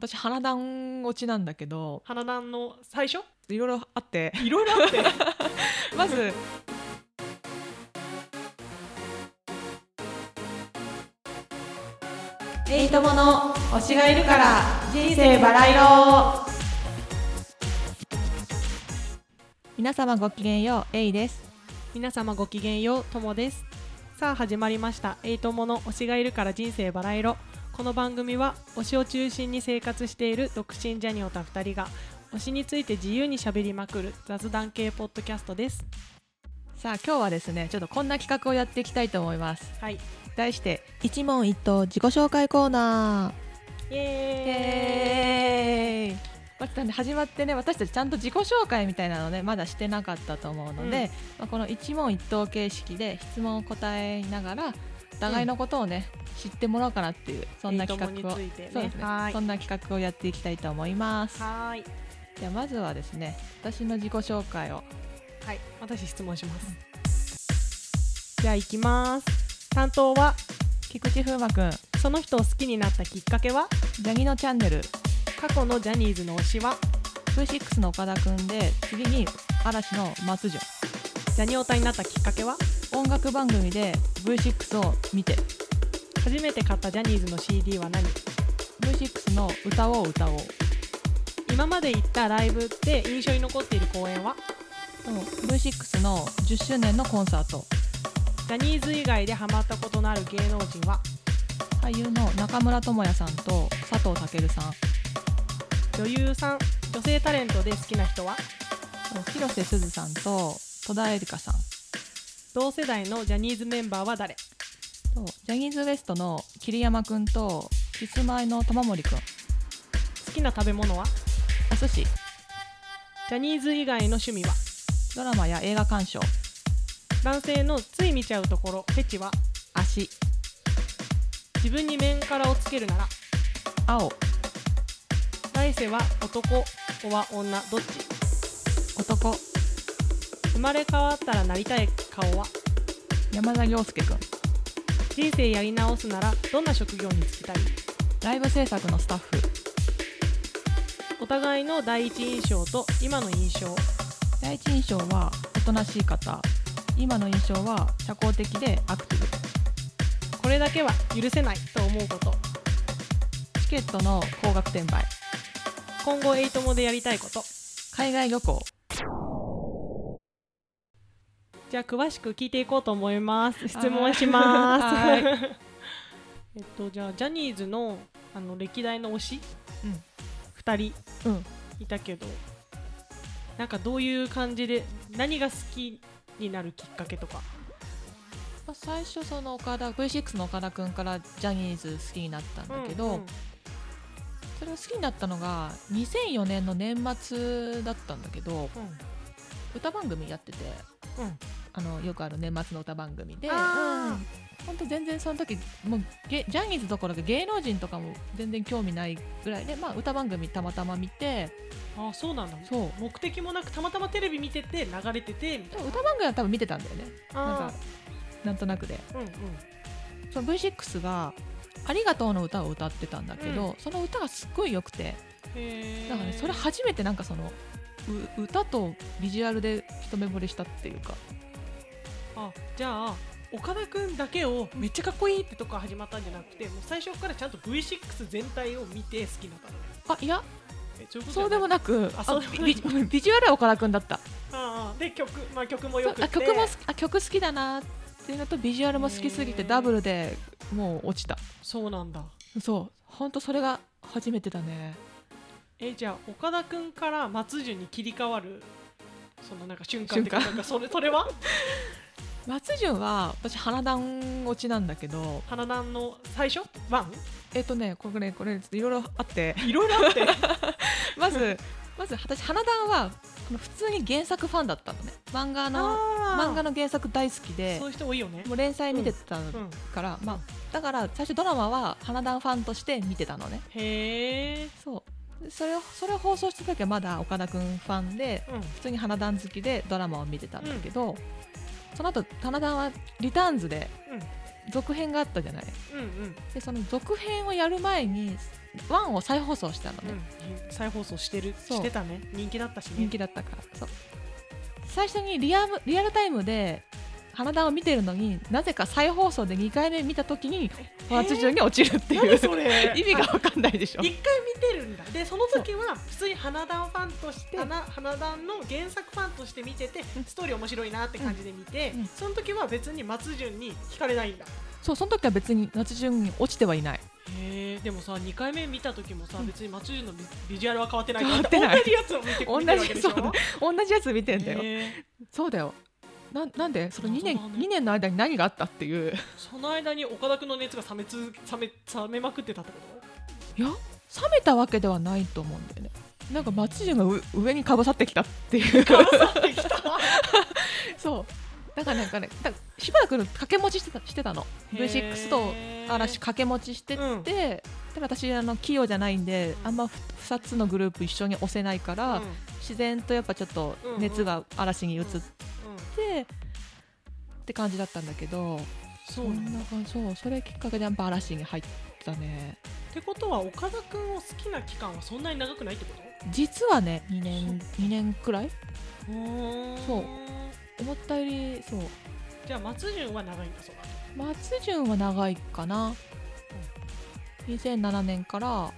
私花壇落ちなんだけど花壇の最初いろいろあっていろいろあって まずエイトモの推しがいるから人生バラ色皆様ごきげんようエイです皆様ごきげんようともですさあ始まりました「エイトモの推しがいるから人生バラ色」この番組は推しを中心に生活している独身ジャニオタ2人が推しについて自由にしゃべりまくる雑談系ポッドキャストですさあ今日はですねちょっとこんな企画をやっていきたいと思いますはいイ題して一問一答自己紹介コーナーエーーイイまあ、なんで始まってね私たちちゃんと自己紹介みたいなのねまだしてなかったと思うので、うんまあ、この一問一答形式で質問を答えながらお互いのことをね、知ってもらおうかなっていうそんな企画を、エイトモについてねそうですねはいそんな企画をやっていきたいと思いますはーいじゃあまずはですね私の自己紹介をはい私質問しますじゃあ行きます担当は菊池風磨くんその人を好きになったきっかけはジャギのチャンネル過去のジャニーズの推しは26の岡田くんで次に嵐の松潤ジャニオタになったきっかけは音楽番組で V6 を見て初めて買ったジャニーズの CD は何 V6 の歌を歌おう今まで行ったライブって印象に残っている公演はでも V6 の10周年のコンサートジャニーズ以外でハマったことのある芸能人は俳優の中村智也さんと佐藤健さん女優さん女性タレントで好きな人は広瀬すずさんと戸田恵梨香さん同世代のジャニーズメンバーは誰とジャニーズ WEST の桐山くんとキスマイの玉森くん好きな食べ物はお寿司ジャニーズ以外の趣味はドラマや映画鑑賞男性のつい見ちゃうところフェチは足自分に面からをつけるなら青来世は男子は女どっち男生まれ変わったらなりたい顔は山田涼介くん人生やり直すならどんな職業に就きたいライブ制作のスタッフお互いの第一印象と今の印象第一印象はおとなしい方今の印象は社交的でアクティブこれだけは許せないと思うことチケットの高額転売今後エイトモでやりたいこと海外旅行じゃあ詳しく聞いていこうと思います質は問いしますはいえっとじゃあジャニーズのあの歴代の推し、うん2人うんいたけどなんかどういう感じで何が好きになるきっかけとかまあ最初その岡田 V6 の岡田くんからジャニーズ好きになったんだけど、うんうんそれが好きになったのが2004年の年末だったんだけど歌番組やっててうんうんあのよくある年末の歌番組であ本当全然その時もうゲジャニーズどころか芸能人とかも全然興味ないぐらいで、まあ、歌番組たまたま見てあそうなんだそう目的もなくたまたまテレビ見てて流れててみたいでも歌番組は多分見てたんだよねななんあかなんとなくでーうんうんその V6 が「ありがとう」の歌を歌ってたんだけど、その歌がすっごい良くてへーだからねそれ初めてなんかそのう歌とビジュアルで一目惚れしたっていうかあじゃあ岡田君だけをめっちゃかっこいいってとこから始まったんじゃなくてもう最初からちゃんと V6 全体を見て好きになったのねあいやえそういうことそうでもないなくあそうでもないビジビジュアルは岡田君だったああで曲,、まあ、曲もよくてあ曲も好きあ曲好きだなっていうのとビジュアルも好きすぎてへーダブルでもう落ちたそうなんだそう本当それが初めてだねえじゃあ岡田君から松潤に切り替わるそのなんか瞬間っていうか瞬なんかそれそれは松潤は私花壇落ちなんだけど花壇の最初 ワンえっとねこれねこれちょっといろいろあ っていろいろあってまずまず私花壇はあの普通に原作ファンだったのね漫画の漫漫画の原作大好きでそういう人多いよねもう連載見てたうんから、まあだから最初ドラマは花壇ファンとして見てたのねへえそうでそれをそれを放送した時はまだ岡田くんファンでうん普通に花壇好きでドラマを見てたんだけど、その後花壇はリターンズでうん続編があったじゃないうんうんでその続編をやる前に1を再放送したのね、うん再放送してるそうしてたね人気だったしね人気だったからそう最初にリアムリアルタイムで花田を見てるのになぜか再放送で2回目見た時にえー初中に落ちるっていう、何そ れ意味が分かんないでしょ一回見てるんだでその時は普通に花壇ファンとしてで花花壇の原作ファンとして見ててうんストーリー面白いなって感じで見て、うんその時は別に松潤に惹かれないんだそうその時は別に夏順に落ちてはいないへえでもさ2回目見た時もさうん別に松潤のビビジュアルは変わってない変わってない同じやつを見て同じ見てるわけでしょそうだ同じやつ見てんだよ、へえそうだよななんでその2年謎だね二年の間に何があったっていうその間に岡田君の熱が冷めつ冷め冷めまくってたってこといや冷めたわけではないと思うんだよねなんか松潤がう上にかぶさってきたっていうかぶさってきた そうだからなんかねだしばらく掛け持ちしてたしてたの V6 と嵐掛け持ちしてって、うんで私あの器用じゃないんであんま2つのグループ一緒に押せないから、うんうん自然とやっぱちょっと熱が嵐に移って、って感じだったんだけどそそううななんだんかそうそれきっかけでやっぱ嵐に入ったねってことは岡田君を好きな期間はそんなに長くないってこと実はね2年2年くらいそそう思ったよりそうじゃあ松潤は長いんだそうだ松潤は長いかな2007年から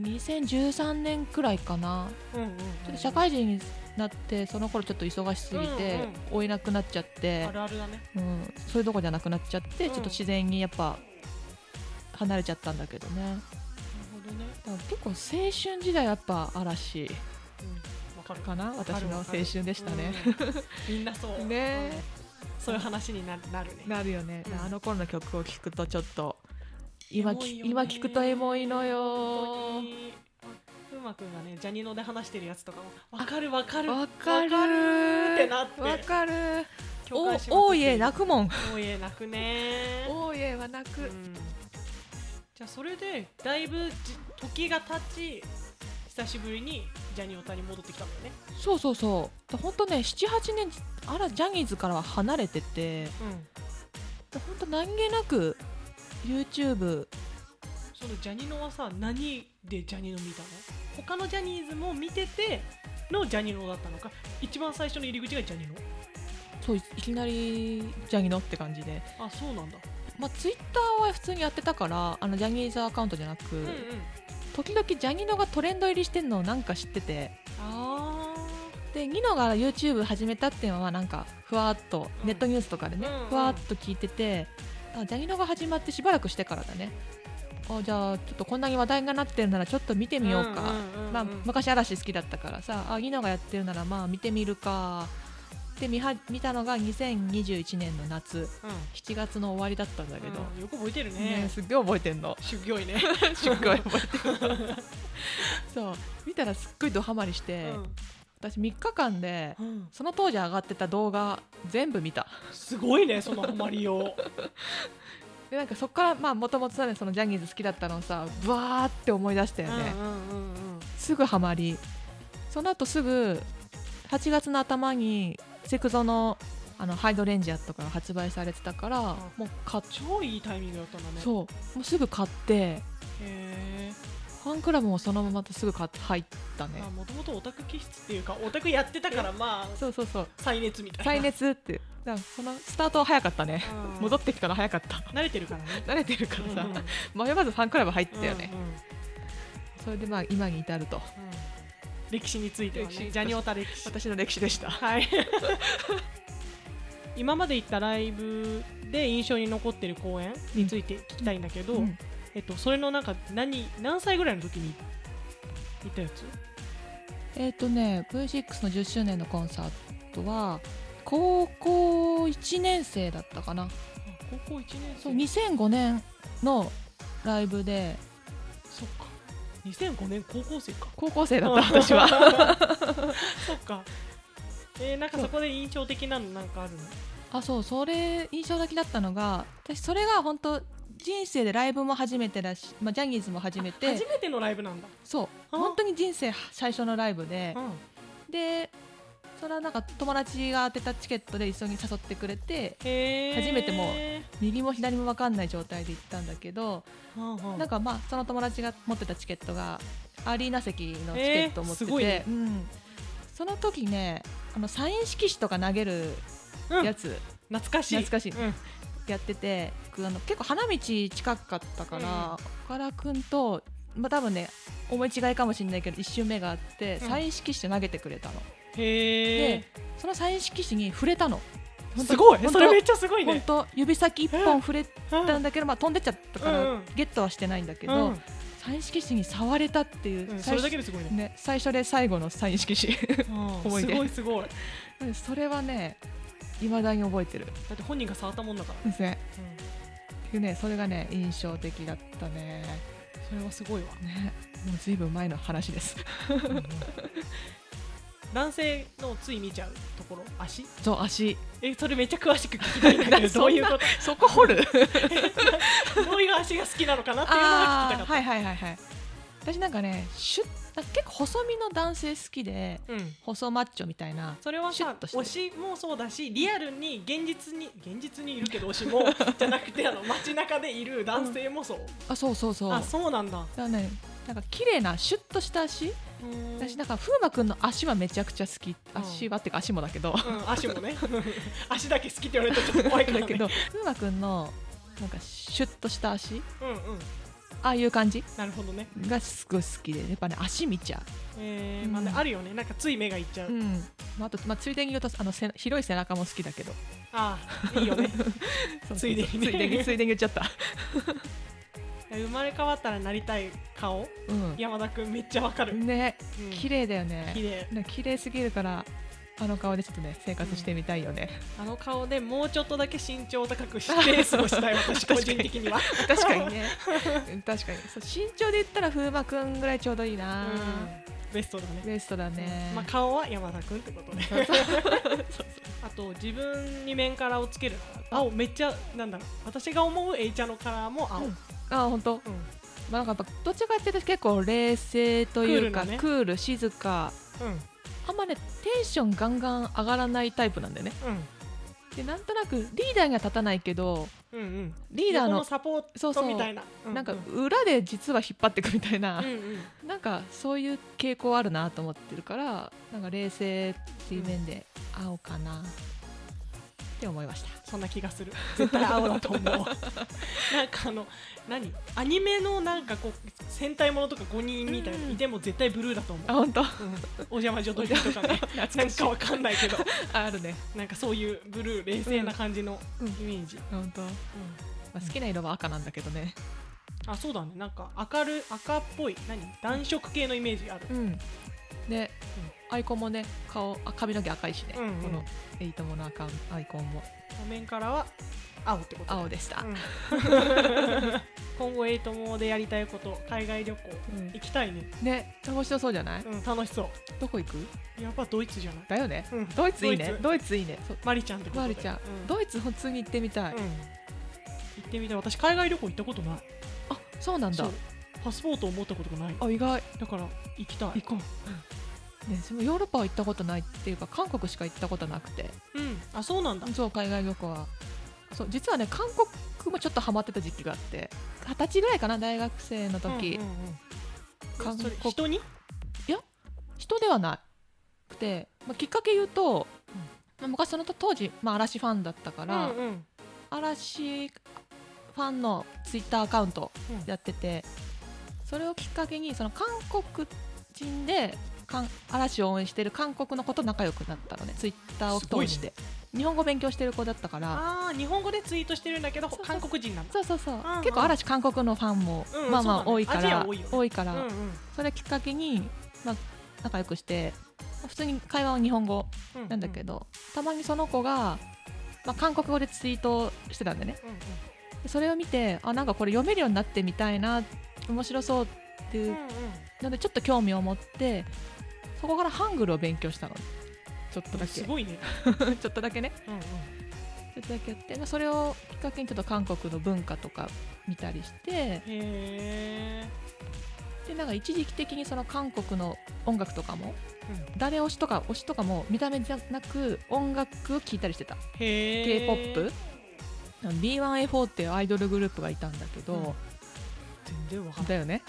2013年くらいかなうんうん、ちょっと社会人になってその頃ちょっと忙しすぎてうん追えなくなっちゃってあ、るあるだねうん、そういうとこじゃなくなっちゃって、うんちょっと自然にやっぱ離れちゃったんだけどねなるほどねだから結構青春時代やっぱ嵐うんわかるかな私の青春でしたね、、わかるわかるうんみんなそ うねうんそういう話にななるねなるよね、うんあの頃の曲を聴くとちょっと今きエモいよね今聞くとエモいの本当よに風磨くんがねジャニノで話してるやつとかもわかるわかるわかるわってなってわかる共お感しまくってるおいえ泣くもんおーいえ泣くねおおいえは泣く、うんじゃあそれでだいぶじ時が経ち久しぶりにジャニオタに戻ってきたんだよね、そうそうそう本当ね78年あらジャニーズからは離れてて本当何気なく YouTube そのジャニノはさ何でジャニノ見たの他のジャニーズも見ててのジャニノだったのか一番最初の入り口がジャニノそういいきなりジャニのって感じで、あそうなんだまあ、Twitter は普通にやってたからあのジャニーズアカウントじゃなく、うんうん時々ジャニのがトレンド入りしてんのをなんか知っててあでニノが YouTube 始めたっていうのはなんかふわっとうんネットニュースとかでね、うんうんふわっと聞いててあジャニノが始まってしばらくしてからだねあじゃあちょっとこんなに話題がなってるならちょっと見てーみようか、んんんんまあ、昔嵐好きだったからさあギノがやってるならまあ見てみるかで見は見たのが2021年の夏うん7月の終わりだったんだけど、うんよく覚えてるねねすっげえ覚えてん の修行いね、 すっごい覚えてん のそう見たらすっごいドハマりして、私3日間でうんうんその当時上がってた動画全部見たすごいねそのハマりようでなんかそこからまあもともとそのジャニーズ好きだったのをさブワーって思い出したよね、うんうんうんうんすぐハマりその後すぐ8月の頭にセクゾのあのハイドレンジャーとかが発売されてたからもう買っ超いいタイミングだったんだねそうもうすぐ買ってへファンクラブもそのままますぐ買って入ったねえもともとオタク気質っていうかオタクやってたからまあそうそうそう再熱みたいな再熱ってだからそのスタートは早かったねうん戻ってきたの早かった慣れてるか らね慣れてるからさうんうん迷わずファンクラブ入ったよねうんうんうんそれでまあ今に至ると歴史については歴ね史ジャニオタ歴史私の歴史でしたはい 今まで行ったライブで印象に残ってる公演について聞きたいんだけど、うんえっと、それのなんか何何歳ぐらいの時に行ったやつえっ、とね V6 の10周年のコンサートは高校1年生だったかな高校1年生そう2005年のライブでそっか2005年高校生か高校生だった私は そっかえー、なんかそこで印象的なのなんかあるのあそうそれ印象的だったのが私それが本当人生でライブも初めてだし、まあ、ジャニーズも初めて初めてのライブなんだそうあ本当に人生最初のライブでうんでそれはなんか友達が当てたチケットで一緒に誘ってくれてへー初めても右も左も分かんない状態で行ったんだけどはあはあなんかまあその友達が持ってたチケットがアリーナ席のチケットを持ってて、えーすごいねうん、その時ねあのサイン色紙とか投げるうんやつ懐かしい懐かしいうんやってて、僕あの結構花道近かったから、岡田君と、まあ、多分ね思い違いかもしれないけど一周目があって、うんサイン色紙投げてくれたの。へでえそのサイン色紙に触れたの。本当すごい本当それめっちゃすごい本ね当指先一本触れうんたんだけど、まあ、飛んでっちゃったから、うんうんゲットはしてないんだけど、うんサイン色紙に触れたっていう、うんそ最れ初だけですごいねね、最初で最後のサイン色紙 うん思いす出ごいすごいだそれはねいまだに覚えてるって本人が触ったもんだからですねうんっていうねそれがね印象的だったねそれはすごいわねもうずいぶん前の話です男性のつい見ちゃうところ足そう足えそれめっちゃ詳しく聞きたいんだけどどういうこと そこ掘るどういう足が好きなのかなっていうの が聞 あきたあかっはいはいはいはい私なんかねシュッなんか結構細身の男性好きでた、うん、細マッチョみたいなそれはシュッさとしてる推しもそうだしリアルに現実に現実にいるけど推し もじゃなくてあの街中でいる男性もそう、あそうそうそうあそうなんだだからねなんか綺麗なシュッとした足私私なんか風磨くんの足はめちゃくちゃ好きうん足はっていうか足もだけどうん、足も ね足だけ好きって言われたらちょっと怖いから、ね、だけど風磨くんのなんかシュッとした足うんうんああいう感じなるほどね,、がすごい好きでやっぱね足見ちゃえーまあ、ねうんあるよねなんかつい目がいっちゃう、う、うんまあ、あと、まあ、ついでに言うとあのせ広い背中も好きだけどああいいよね そうそうそうついでにねついでについでに言っちゃった、生まれ変わったらなりたい顔う山田くんめっちゃわかる、うんん、ね綺綺麗、麗だよね綺麗ね綺麗すぎるからあの顔でちょっとね生活してみたいよね、 あの顔でもうちょっとだけ身長を高くして過 ごしたい私個人的には確かにねうん確かにそう身長で言ったら風磨くんぐらいちょうどいいな、うんベストだねベストだね、まあ、顔は山田くんってこ とねあと自分に面カラーをつける青めっちゃなんだろう私が思うエイちゃんのカラーも青、うんあ本当うんまあ、なんかやっぱどっちかっていうと結構冷静というかクールクーなル,、ね静かうんあんまねテンションガンガン上がらないタイプなんだよねでなんとなくリーダーには立たないけどうんうんリーダー横のサポーそうトそうみたいなうなんかう裏で実は引っ張っていくみたいなう、んうんなんかそういう傾向あるなと思ってるからなんか冷静っていう面で青かなって思いました、そんな気がする絶対青だと思う なんかあの何アニメのなんかこう戦隊ものとか5人みたいうんにいても絶対ブルーだと思う、あ本当うんお邪魔女とりとかねなんかわかんないけど あるねなんかそういうブルー冷静な感じのイうんメージ、本当、まあ、好きな色は赤なんだけどねあそうだねなんか明るい赤っぽい何暖色系のイメージある、うんで、アイコンもね顔あ髪の毛赤いしね、うんうんこの「エイトモ」のアカウンアイコンも画面からは青ってこと青でした、うん 今後エイトモでやりたいこと海外旅行うん行きたいね、ね面白そうじゃない、うん、楽しそどこ行くうやっぱドイツじゃない、だよねうん、ドイツいいねドイツドイツいいねそうマリちゃんってことマでルちゃん、うんドイツ普通に行ってみたい、うん行ってみたい私海外旅行行ったことないあそうなんだそうパスポートを持ったことがないあ意外だから行きたい行こう、ね、そのヨーロッパは行ったことないっていうか韓国しか行ったことなくてうんあそうなんだそう海外旅行はそう実はね韓国もちょっとハマってた時期があって二十歳ぐらいかな大学生の時、うんうんうん韓それ国人に人ではなくて、まあ、きっかけ言うと、うんまあ、昔その当時、まあ、嵐ファンだったから、うんうん嵐ファンのツイッターアカウントうんやってて、それをきっかけにその韓国人で韓嵐を応援してる韓国の子と仲良くなったのねツイッターをすごい通ねして、日本語勉強してる子だったからああ日本語でツイートしてるんだけどそうそう韓国人なんだそうそうそう、んうん結構嵐韓国のファンも、うんうんまあまそあ多うだねいかアジアら多いよねから、うんうんそれきっかけに、まあ、仲良くしてまあ普通に会話は日本語うなんだけど、たまにその子が、まあ、韓国語でツイートしてたんでねうんうんでそれを見てあなんかこれ読めるようになってみたいな面白そうっていううんうんのでちょっと興味を持ってそこからハングルを勉強したのちょっとだけす ちごいね、ょっとだけねうんうんちょっとだけやって、まあ、それをきっかけにちょっと韓国の文化とか見たりしてへえでなんか一時期的にその韓国の音楽とかも、誰推しとか推しとかも見た目じゃなく音楽を聴いたりしてたへ k え p o p B1A4 っていうアイドルグループがいたんだけど、うん全然わかんないだよね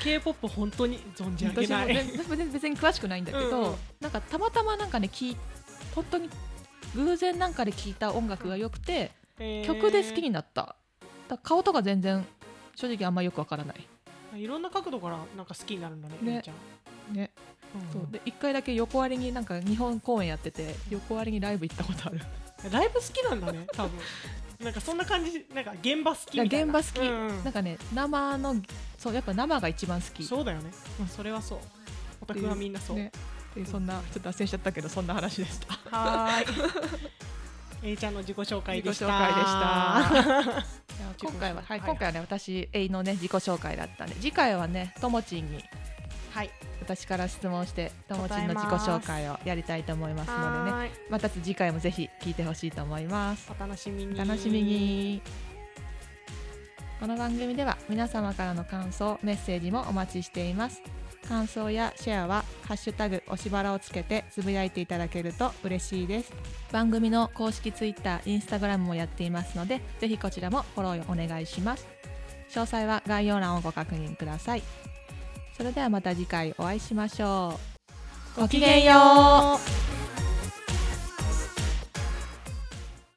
K-POP 本当に存じ上げ私もないね私も全然別に詳しくないんだけど、うんうんなんかたまたまなんかね聞い本当に偶然なんかで聴いた音楽が良くて、へー曲で好きになっただから顔とか全然正直あんまよくわからないいろんな角度からなんか好きになるんだねねゆいちゃんねうんそうで1回だけ横割りになんか日本公演やってて横割りにライブ行ったことあるライブ好きなんだね多分なんかそんな感じなんか現場好きみたい現な場好き、うんうんなんかね生のそうやっぱ生が一番好きそうだよね、うんそれはそうオタクはみんなそう、ねっていうそんなちょっと脱線しちゃったけどそんな話でしたは ーい A ちゃんの自己紹介でした自己紹介で したじゃあ自己 紹今介回は、はい、はい今回はね私エイのね自己紹介だったんで次回はねともちんにはい私から質問してともちんの自己紹介をやりたいと思いますのでねはーいまた次回もぜひ聞いてほしいと思いますお楽しみおに楽しみにこの番組では皆様からの感想メッセージもお待ちしています感想やシェアは「ハッシュタグおしばら」をつけてつぶやいていただけると嬉しいです番組の公式 Twitter、Instagram もやっていますのでぜひこちらもフォローお願いします詳細は概要欄をご確認くださいそれではまた次回お会いしましょうごきげんよう